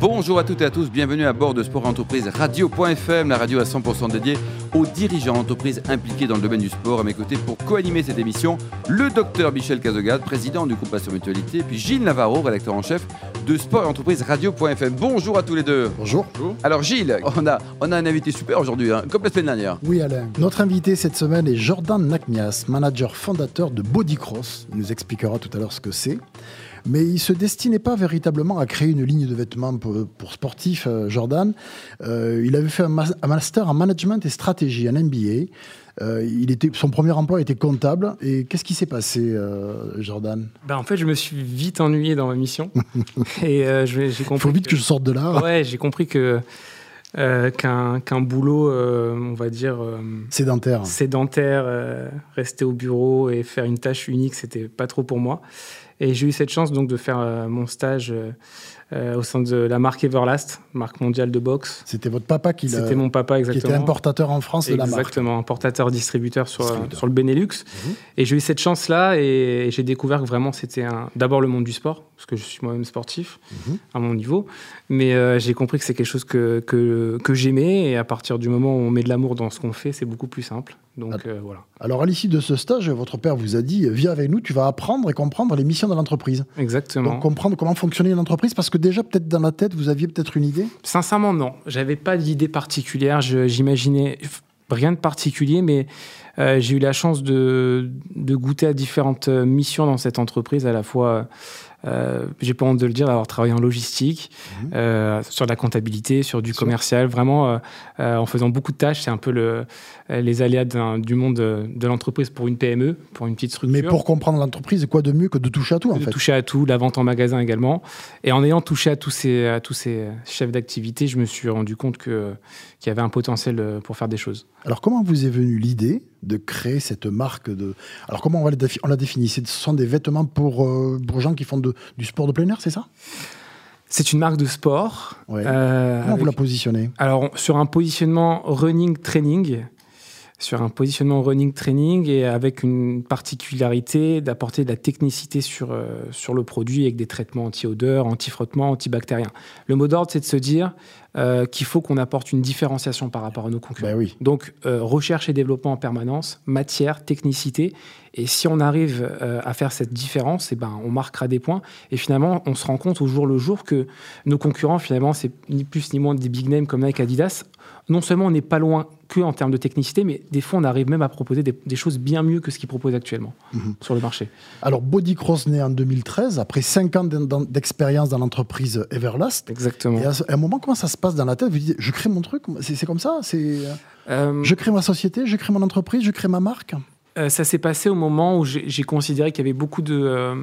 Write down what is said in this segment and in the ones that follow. Bonjour à toutes et à tous, bienvenue à bord de Sport et Entreprise Radio.fm, la radio à 100% dédiée aux dirigeants d'entreprises impliqués dans le domaine du sport. À mes côtés, pour co-animer cette émission, le docteur Michel Cazogade, président du groupe Pasteur Mutualité, et puis Gilles Navarro, rédacteur en chef de Sport et Entreprise Radio.fm. Bonjour à tous les deux. Bonjour. Alors Gilles, on a, on a un invité super aujourd'hui, hein, comme la semaine dernière. Oui, Alain. Notre invité cette semaine est Jordan Nakmias, manager fondateur de Bodycross. Il nous expliquera tout à l'heure ce que c'est. Mais il se destinait pas véritablement à créer une ligne de vêtements pour, pour sportifs, euh, Jordan. Euh, il avait fait un, mas- un master en management et stratégie, un MBA. Euh, il était, son premier emploi était comptable. Et qu'est-ce qui s'est passé, euh, Jordan Bah, en fait, je me suis vite ennuyé dans ma mission. et euh, je- j'ai Il compris. faut vite que je sorte de là. Ouais, j'ai compris que. euh, qu'un qu'un boulot, euh, on va dire, euh, Sédentaire. sédentaire, euh, rester au bureau et faire une tâche unique, c'était pas trop pour moi. Et j'ai eu cette chance donc de faire euh, mon stage euh, euh, au sein de la marque Everlast, marque mondiale de boxe. C'était votre papa qui, l'a- C'était mon papa qui exactement. était importateur en France de la marque. Exactement, importateur, distributeur sur, Distributeur. sur le Benelux. Mhm. Et j'ai eu cette chance-là et j'ai découvert que vraiment c'était un... d'abord le monde du sport, parce que je suis moi-même sportif Mhm. à mon niveau. Mais euh, j'ai compris que c'est quelque chose que, que, que j'aimais et à partir du moment où on met de l'amour dans ce qu'on fait, c'est beaucoup plus simple. Donc Ah. euh, voilà, Alors, à l'issue de ce stage, votre père vous a dit Viens avec nous, tu vas apprendre et comprendre les missions de l'entreprise. exactement. Donc, comprendre comment fonctionnait une entreprise, parce que déjà, peut-être dans la tête, vous aviez peut-être une idée. Sincèrement, non. J'avais pas d'idée particulière. Je- J'imaginais f- rien de particulier, mais euh, j'ai eu la chance de, de goûter à différentes euh, missions dans cette entreprise. À la fois, euh, j'ai pas honte de le dire, d'avoir travaillé en logistique, Mhm. euh, sur de la comptabilité, sur du Sûr. commercial. Vraiment, euh, euh, en faisant beaucoup de tâches, c'est un peu le, euh, les aléas d'un- du monde euh, de l'entreprise pour une PME, pour une petite structure Mais pour comprendre l'entreprise, quoi de mieux que de toucher à tout, en de fait toucher à tout, la vente en magasin également. Et en ayant touché à tous ces, à tous ces chefs d'activité, je me suis rendu compte que- qu'il y avait un potentiel euh, pour faire des choses. Alors, comment vous est venue l'idée de créer cette marque de... Alors, comment on, va la défi- on la définit C'est- Ce sont des vêtements pour, euh, pour gens qui font de- du sport de plein air, c'est ça C'est une marque de sport. Ouais. Ah, euh, Comment vous la avec- positionnez Alors, on- sur un positionnement running training, sur un positionnement running training et avec une particularité d'apporter de la technicité sur, euh, sur le produit avec des traitements anti-odeur, anti-frottement, antibactérien. Le mot d'ordre, c'est de se dire euh, qu'il faut qu'on apporte une différenciation par rapport à nos concurrents. Ben oui. Donc, euh, recherche et développement en permanence, matière, technicité. Et si on arrive euh, à faire cette différence, eh ben, on marquera des points. Et finalement, on se rend compte au jour le jour que nos concurrents, finalement, c'est ni plus ni moins des big names comme Nike, Adidas. Non seulement on n'est pas loin que en termes de technicité, mais des fois, on arrive même à proposer des, des choses bien mieux que ce qu'ils proposent actuellement Mhm. sur le marché. Alors, Body Cross né en 2013, après 5 ans d'en- d'en- d'expérience dans l'entreprise Everlast. Exactement. Et à ce- à un moment, comment ça se passe dans la tête Vous dites, je crée mon truc, c'est c'est comme ça C'est euh, Mm. Je crée ma société, je crée mon entreprise, je crée ma marque Euh, ça s'est passé au moment où j'ai j'ai considéré qu'il y avait beaucoup de. euh,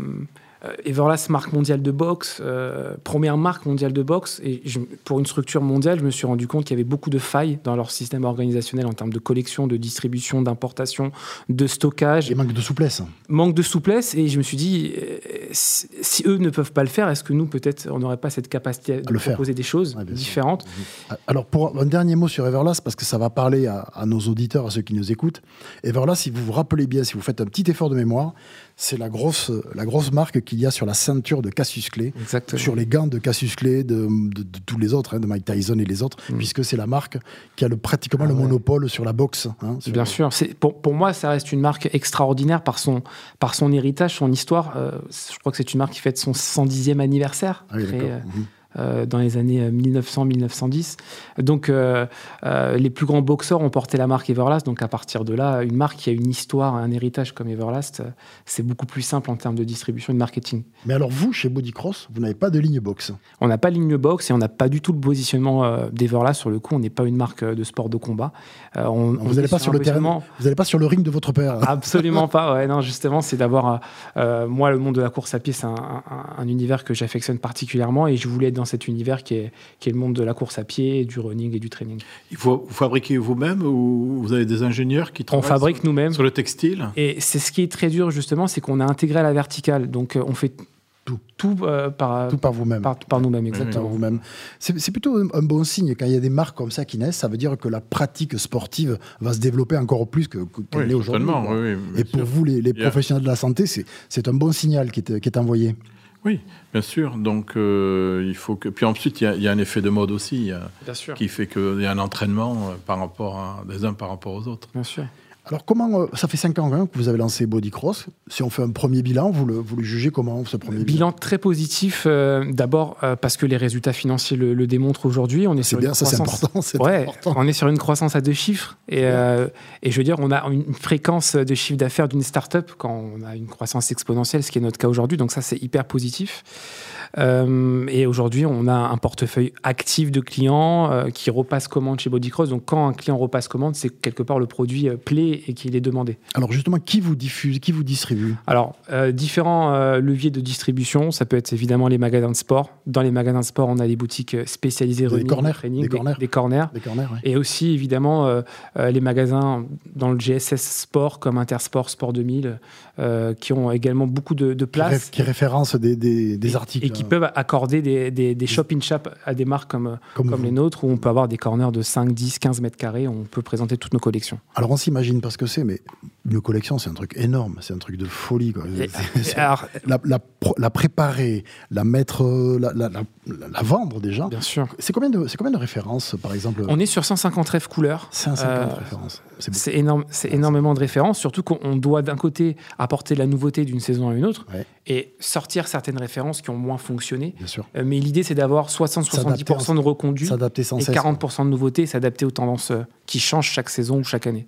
euh, Everlast, marque mondiale de boxe, euh, première marque mondiale de boxe. Et je- pour une structure mondiale, je me suis rendu compte qu'il y avait beaucoup de failles dans leur système organisationnel en termes de collection, de distribution, d'importation, de stockage. J'ai manque de souplesse. Manque de souplesse. Et je me suis dit, euh, si, si eux ne peuvent pas le faire, est-ce que nous, peut-être, on n'aurait pas cette capacité de le faire. proposer des choses Ouais, bien sûr. différentes Euh, Alors, pour un dernier mot sur Everlast, parce que ça va parler à, à nos auditeurs, à ceux qui nous écoutent. Everlast, si vous vous rappelez bien, si vous faites un petit effort de mémoire, c'est la grosse, la grosse marque qu'il y a sur la ceinture de Cassius Clay, Exactement. sur les gants de Cassius Clay, de, de- de tous les autres, hein, de Mike Tyson et les autres, Mm. puisque c'est la marque qui a le, pratiquement Ah le ouais. monopole sur la boxe. hein, sur- Bien sûr, c'est pour, pour moi ça reste une marque extraordinaire par son par son héritage, son histoire. Euh, je crois que c'est une marque qui fête son 110e anniversaire Ah oui, créée, d'accord. euh, Mhm. euh, dans les années 1900-1910. Donc euh, euh, les plus grands boxeurs ont porté la marque Everlast. Donc à partir de là, une marque qui a une histoire, un héritage comme Everlast, euh, c'est beaucoup plus simple en termes de distribution et de marketing. Mais alors, vous, chez Bodycross, vous n'avez pas de ligne boxe. On n'a pas de ligne box et on n'a pas du tout le positionnement euh, d'Everlast. Sur le coup, on n'est pas une marque euh, de sport de combat. Euh, on, Vous n'allez est pas sur un le terrain. positionnement- Vous n'allez pas sur le ring de votre père. Ah, Absolument pas. Ouais, non, justement, c'est d'avoir. euh, euh, moi, le monde de la course à pied, c'est un, un- un univers que j'affectionne particulièrement et je voulais être dans cet univers qui est, qui est le monde de la course à pied, du running et du training. Il faut, vous fabriquez vous-même ou vous avez des ingénieurs qui On travaillent fabrique sur, nous-mêmes. sur le textile Et c'est ce qui est très dur, justement, c'est qu'on a intégré à la verticale. Donc, euh, on fait Tout. tout euh, par, Tout Mmh. par vous-même. par, par nous-mêmes, par exactement. vous-même. C'est c'est plutôt un, un bon signe quand il y a des marques comme ça qui naissent. Ça veut dire que la pratique sportive va se développer encore plus que, que qu'elle l'est Oui, aujourd'hui. certainement, quoi. oui, oui, bien Et pour sûr. vous, les, les Yeah. professionnels de la santé, c'est- c'est un bon signal qui est, qui est envoyé. Oui, bien sûr. Donc, euh, il faut que. Puis ensuite, il y a- il y, a un effet de mode aussi, il y a- Bien sûr. qui fait qu'il y a un entraînement euh, par rapport à, des uns par rapport aux autres. Bien sûr. Alors, comment. euh, ça fait 5 ans hein, que vous avez lancé Body Cross. Si on fait un premier bilan, vous le, vous le jugez comment ce premier bilan, Bilan très positif, euh, d'abord euh, parce que les résultats financiers le, le démontrent aujourd'hui. On est C'est sur bien, une ça c'est croissance- important. C'est Ouais, important. on est sur une croissance à deux chiffres. Et, euh, et je veux dire, on a une fréquence de chiffre d'affaires d'une start-up quand on a une croissance exponentielle, ce qui est notre cas aujourd'hui. Donc, ça, c'est hyper positif. Euh, et aujourd'hui, on a un portefeuille actif de clients euh, qui repassent commande chez Bodycross. Donc, quand un client repasse commande, c'est quelque part le produit euh, plaît et qu'il est demandé. Alors, justement, qui vous diffuse, qui vous distribue Alors, euh, différents euh, leviers de distribution, ça peut être évidemment les magasins de sport. Dans les magasins de sport, on a les boutiques euh, spécialisées Des running, corners, training, des des, corners. des corners. Les corners, ouais. Et aussi, évidemment, euh, euh, les magasins dans le GSS Sport, comme Intersport, Sport 2000, euh, qui ont également beaucoup de, de qui, place ré- qui référence des, des- des et- articles. et qui hein, peuvent accorder des, des, des shop-in-shop à des marques comme, euh, comme comme vous. les nôtres, où on peut avoir des corners de 5, 10, 15 mètres carrés, où on peut présenter toutes nos collections. Alors on s'imagine pas ce que c'est, mais une collection, c'est un truc énorme, c'est un truc de folie. quoi. Et- C'est- alors, la, la pro- la préparer, la mettre, euh, la, la- la- la vendre déjà. bien sûr. C'est combien, de- c'est combien de références, par exemple On est sur 150 rêves couleurs. 550 Euh, références. C'est beaucoup. C'est énorme, c'est énormément de références, surtout qu'on on doit d'un côté apporter de la nouveauté d'une saison à une autre Ouais. et sortir certaines références qui ont moins fonctionné. Bien sûr. Euh, Mais l'idée, c'est d'avoir 60-70% de reconduits S'adapter sans et cesse. 40% de nouveautés et s'adapter aux tendances euh, qui changent chaque saison ou chaque année.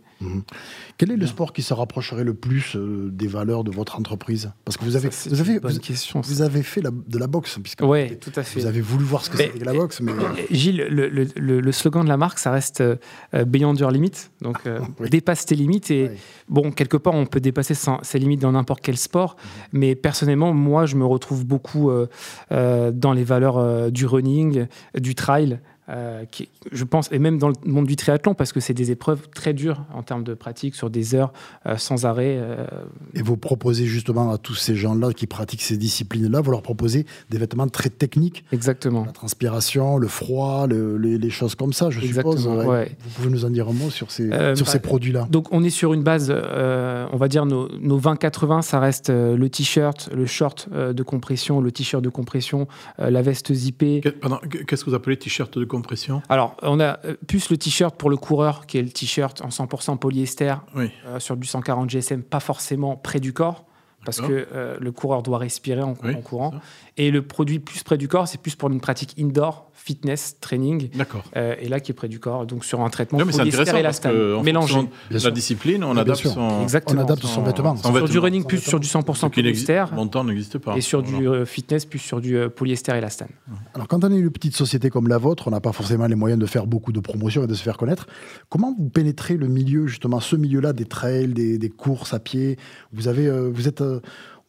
Quel est le sport qui se rapprocherait le plus euh, des valeurs de votre entreprise Parce que vous avez, Ça, c'est vous une avez, bonne vous, question. ça. vous avez fait la- de la boxe, puisque Ouais, tout à fait. vous avez voulu voir ce que Mais- c'était que la boxe, mais Euh, Gilles, le, le- le- le slogan de la marque, ça reste euh, euh, Beyond Your Limit. Donc, euh, Ah, Oui. dépasse tes limites. Et Oui. bon, quelque part, on peut dépasser sans- ses limites dans n'importe quel sport. Mhm. Mais personnellement, moi, je me retrouve beaucoup euh, euh, dans les valeurs euh, du running, euh, du trail. euh, qui, je pense, et même dans le monde du triathlon, parce que c'est des épreuves très dures en termes de pratique, sur des heures, euh, sans arrêt. euh, Et vous proposez justement à tous ces gens-là qui pratiquent ces disciplines-là, vous leur proposez des vêtements très techniques, exactement. la transpiration, le froid, le- les, les choses comme ça, je suppose. Exactement, ouais. ouais. Vous pouvez nous en dire un mot sur ces, Euh, sur bah, ces produits-là Donc on est sur une base, euh, on va dire nos, nos 20-80, ça reste euh, le t-shirt, le short euh, de compression, le t-shirt de compression, euh, la veste zippée. Que- pardon, que- Qu'est-ce que vous appelez t-shirt de compression Alors on a euh, plus le t-shirt pour le coureur qui est le t-shirt en 100% polyester Oui. euh, sur du 140 GSM, pas forcément près du corps. Parce D'accord. que euh, le coureur doit respirer en, cou- Oui, en courant. c'est ça. Et le produit plus près du corps, c'est plus pour une pratique indoor, fitness, training. D'accord. euh, et là, qui est près du corps, donc sur un traitement Non, mais c'est polyester intéressant et parce lastane, que en mélangé. fonction de Bien la sûr. discipline, on Bien adapte sûr. son. On Exactement. adapte son vêtement. son Sur du vêtement. running Sans plus sur du 100% qui n'existe- polyester longtemps n'existe pas. et sur Voilà. du euh, fitness plus sur du euh, polyester et elastane. Alors, quand on est une petite société comme la vôtre, on n'a pas forcément les moyens de faire beaucoup de promotions et de se faire connaître. Comment vous pénétrez le milieu, justement, ce milieu-là des trails, des, des courses à pied Vous, avez, euh, vous, êtes, euh,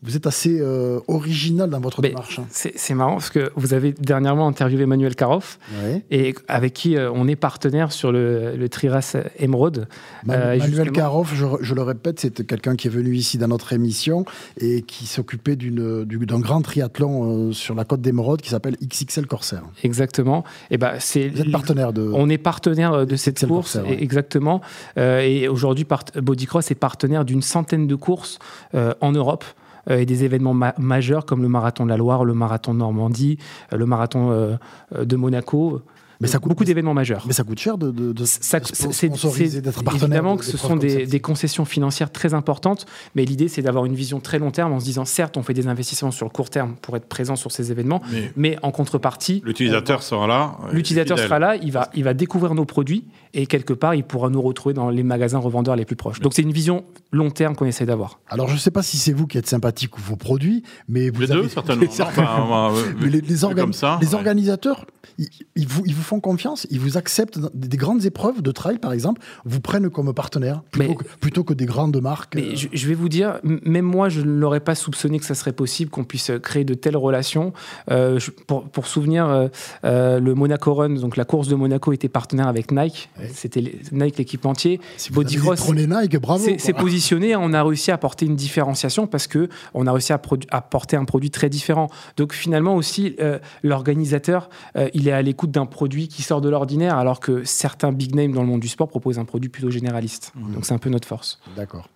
vous êtes assez euh, original dans votre Mais- démarche. hein. C'est c'est marrant parce que vous avez dernièrement interviewé Emmanuel Karoff Ouais. et avec qui euh, on est partenaire sur le, le Triras Emerald. Man- Euh, Manuel justement. Caroff, je, je le répète, c'est quelqu'un qui est venu ici dans notre émission et qui s'occupait d'une- du- d'un grand triathlon euh, sur la côte d'Émeraude qui s'appelle XXL Corsair. Exactement. Et ben c'est Vous êtes partenaire de. on est partenaire euh, de cette Excel course, Corsair, ouais. et- exactement. Euh, et aujourd'hui, part- Bodycross est partenaire d'une centaine de courses euh, en Europe euh, et des événements ma- majeurs comme le marathon de la Loire, le marathon de Normandie, euh, le marathon euh, euh, de Monaco. Mais ça coûte- beaucoup d'événements majeurs. Mais ça coûte cher de, de, de- Ça- de se c'est- c'est- sponsoriser, c'est- d'être partenaire. Évidemment de- que de ce preuves sont comme des, ça. des concessions financières très importantes, mais l'idée c'est d'avoir une vision très long terme en se disant certes on fait des investissements sur le court terme pour être présent sur ces événements, Mais mais en contrepartie l'utilisateur sera là. on- l'utilisateur fidèle. sera là, il va, il va découvrir nos produits et quelque part il pourra nous retrouver dans les magasins revendeurs les plus proches. Donc c'est une vision long terme qu'on essaie d'avoir. Alors, je ne sais pas si c'est vous qui êtes sympathique ou vos produits, mais vous Les avez. deux, certainement. Mais certainement. Enfin, on va- Mais les, les organ- comme ça, les ouais. organisateurs, ils, ils vous, ils vous font confiance, ils vous acceptent dans des grandes épreuves de trail, par exemple, vous prennent comme partenaire plutôt, Mais- que, plutôt que des grandes marques. Mais euh, je, je vais vous dire, m- même moi, je ne l'aurais pas soupçonné que ça serait possible qu'on puisse euh, créer de telles relations. Euh, je- pour, pour souvenir, euh, euh, le Monaco Run, donc la course de Monaco, était partenaire avec Nike. Ouais. C'était les- Nike l'équipementier. si vous avez Bodycross, détrôné Nike, bravo. C'est- quoi. C'est positionné, on a réussi à apporter une différenciation parce que on a réussi à produ- à apporter un produit très différent. Donc finalement aussi, euh, l'organisateur, euh, il est à l'écoute d'un produit qui sort de l'ordinaire, alors que certains big names dans le monde du sport proposent un produit plutôt généraliste. Mmh. Donc c'est un peu notre force. D'accord.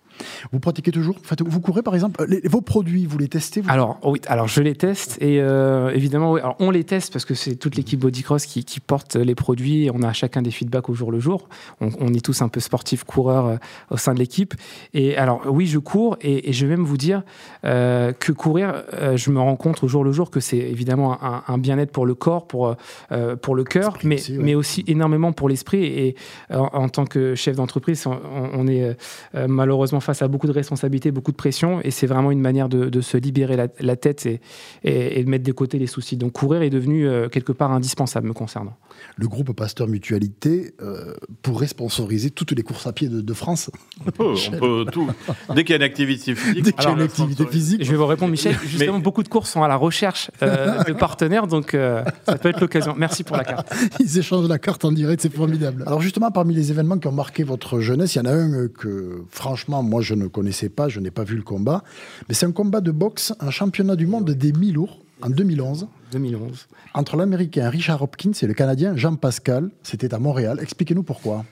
Vous pratiquez toujours Faites- Vous courez, par exemple euh, les- Vos produits, vous les testez vous- Alors oh oui, alors je les teste et euh, évidemment, oui, alors on les teste parce que c'est toute l'équipe Bodycross qui, qui porte les produits. Et on a chacun des feedbacks au jour le jour. On, on est tous un peu sportifs, coureurs euh, au sein de l'équipe. Et alors oui, je cours et, et je vais même vous dire euh, que courir, euh, je me rends compte au jour le jour que c'est évidemment un, un bien-être pour le corps, pour euh, pour le cœur, L'esprit mais aussi, ouais. mais aussi énormément pour l'esprit. Et euh, en, en tant que chef d'entreprise, on, on est euh, euh, malheureusement face à beaucoup de responsabilités, beaucoup de pression, et c'est vraiment une manière de, de se libérer la, la tête et, et- et de mettre de côté les soucis. Donc courir est devenu euh, quelque part indispensable me concernant. Le groupe Pasteur Mutualité euh, pourrait sponsoriser toutes les courses à pied de, de France. On peut, on peut tout. Dès qu'il y a une activité physique. Dès qu'il y a on une la activité sponsorise. physique. Je vais vous répondre, Michel. Justement, Mais- beaucoup de courses sont à la recherche euh, de partenaires, donc euh, ça peut être l'occasion. Merci pour la carte. Ils échangent la carte en direct, c'est formidable. Alors justement, parmi les événements qui ont marqué votre jeunesse, il y en a un euh, que, franchement, moi, je ne connaissais pas, je n'ai pas vu le combat. Mais c'est un combat de boxe, un championnat du monde des mi-lourds en 2011 2011. entre l'Américain Richard Hopkins et le Canadien Jean Pascal. C'était à Montréal. Expliquez-nous pourquoi.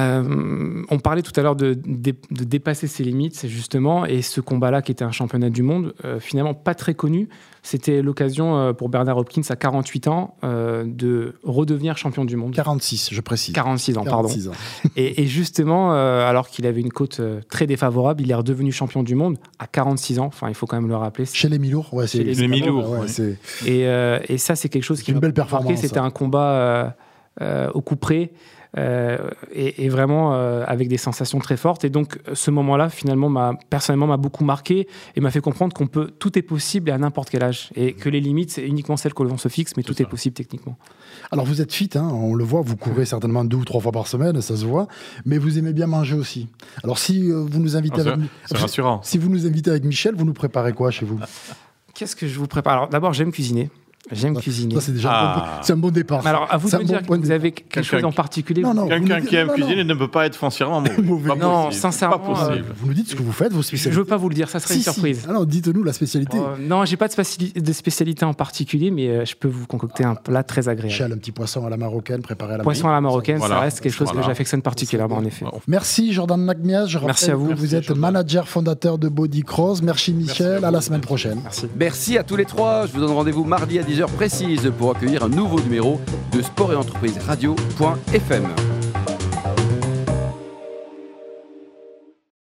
Euh, on parlait tout à l'heure de, dé- de dépasser ses limites, justement, et ce combat-là, qui était un championnat du monde, euh, finalement pas très connu, c'était l'occasion euh, pour Bernard Hopkins, à 48 ans, euh, de redevenir champion du monde. 46, je précise. 46 ans, pardon. 46 ans. Et, et justement, euh, alors qu'il avait une côte euh, très défavorable, il est redevenu champion du monde à 46 ans. Enfin, il faut quand même le rappeler. Chez les mi-lourds, ouais, c'est Chez les c'est pas mi-lourds, mal, ouais, ouais. c'est- Et, euh, et ça, c'est quelque chose C'est qui une m'a belle marqué. performance, C'était ça. un combat euh, euh, au coup près euh, et, et vraiment euh, avec des sensations très fortes. Et donc, ce moment-là, finalement, m'a personnellement m'a beaucoup marqué et m'a fait comprendre qu'on peut tout est possible et à n'importe quel âge et que les limites c'est uniquement celles que l'on se fixe, mais tout est possible techniquement. Alors vous êtes fit, hein, on le voit, vous courez certainement deux ou trois fois par semaine, ça se voit, mais vous aimez bien manger aussi. Alors si euh, vous nous invitez Ah, avec... C'est rassurant. Si vous nous invitez avec Michel, vous nous préparez quoi chez vous Ah, Qu'est-ce que je vous prépare Alors, d'abord, j'aime cuisiner. J'aime cuisiner. Ça, c'est déjà Ah. un bon- c'est un bon départ. Mais Alors, à vous C'est un de me bon dire que point de vous départ. avez quelque chose Quelqu'un en particulier. Non, non, vous nous Quelqu'un dites- qui aime non, non, cuisiner ne peut pas être foncièrement mauvais. Mauvais. Pas Non, possible. sincèrement, euh, Pas possible. Vous nous dites ce que vous faites, vos Je ne spécialités. veux pas vous le dire, ça serait Si, une si. surprise. Alors dites-nous la spécialité. Euh, non, j'ai pas de, spéciali- de spécialité en particulier, mais euh, je peux vous concocter un plat très agréable. Michel, un petit poisson à la marocaine préparé à la Poisson à la marocaine, Voilà. ça reste quelque chose Voilà. que j'affectionne particulièrement, en effet. Merci Jordan Nagmias, je rappelle Merci à vous. que vous Merci, êtes Jordan. manager fondateur de Body Cross. Merci Michel, Merci à à la vous. semaine prochaine. Merci. Merci à tous les trois. Je vous donne rendez-vous mardi à 10h précise pour accueillir un nouveau numéro de sport et entreprise radio.fm.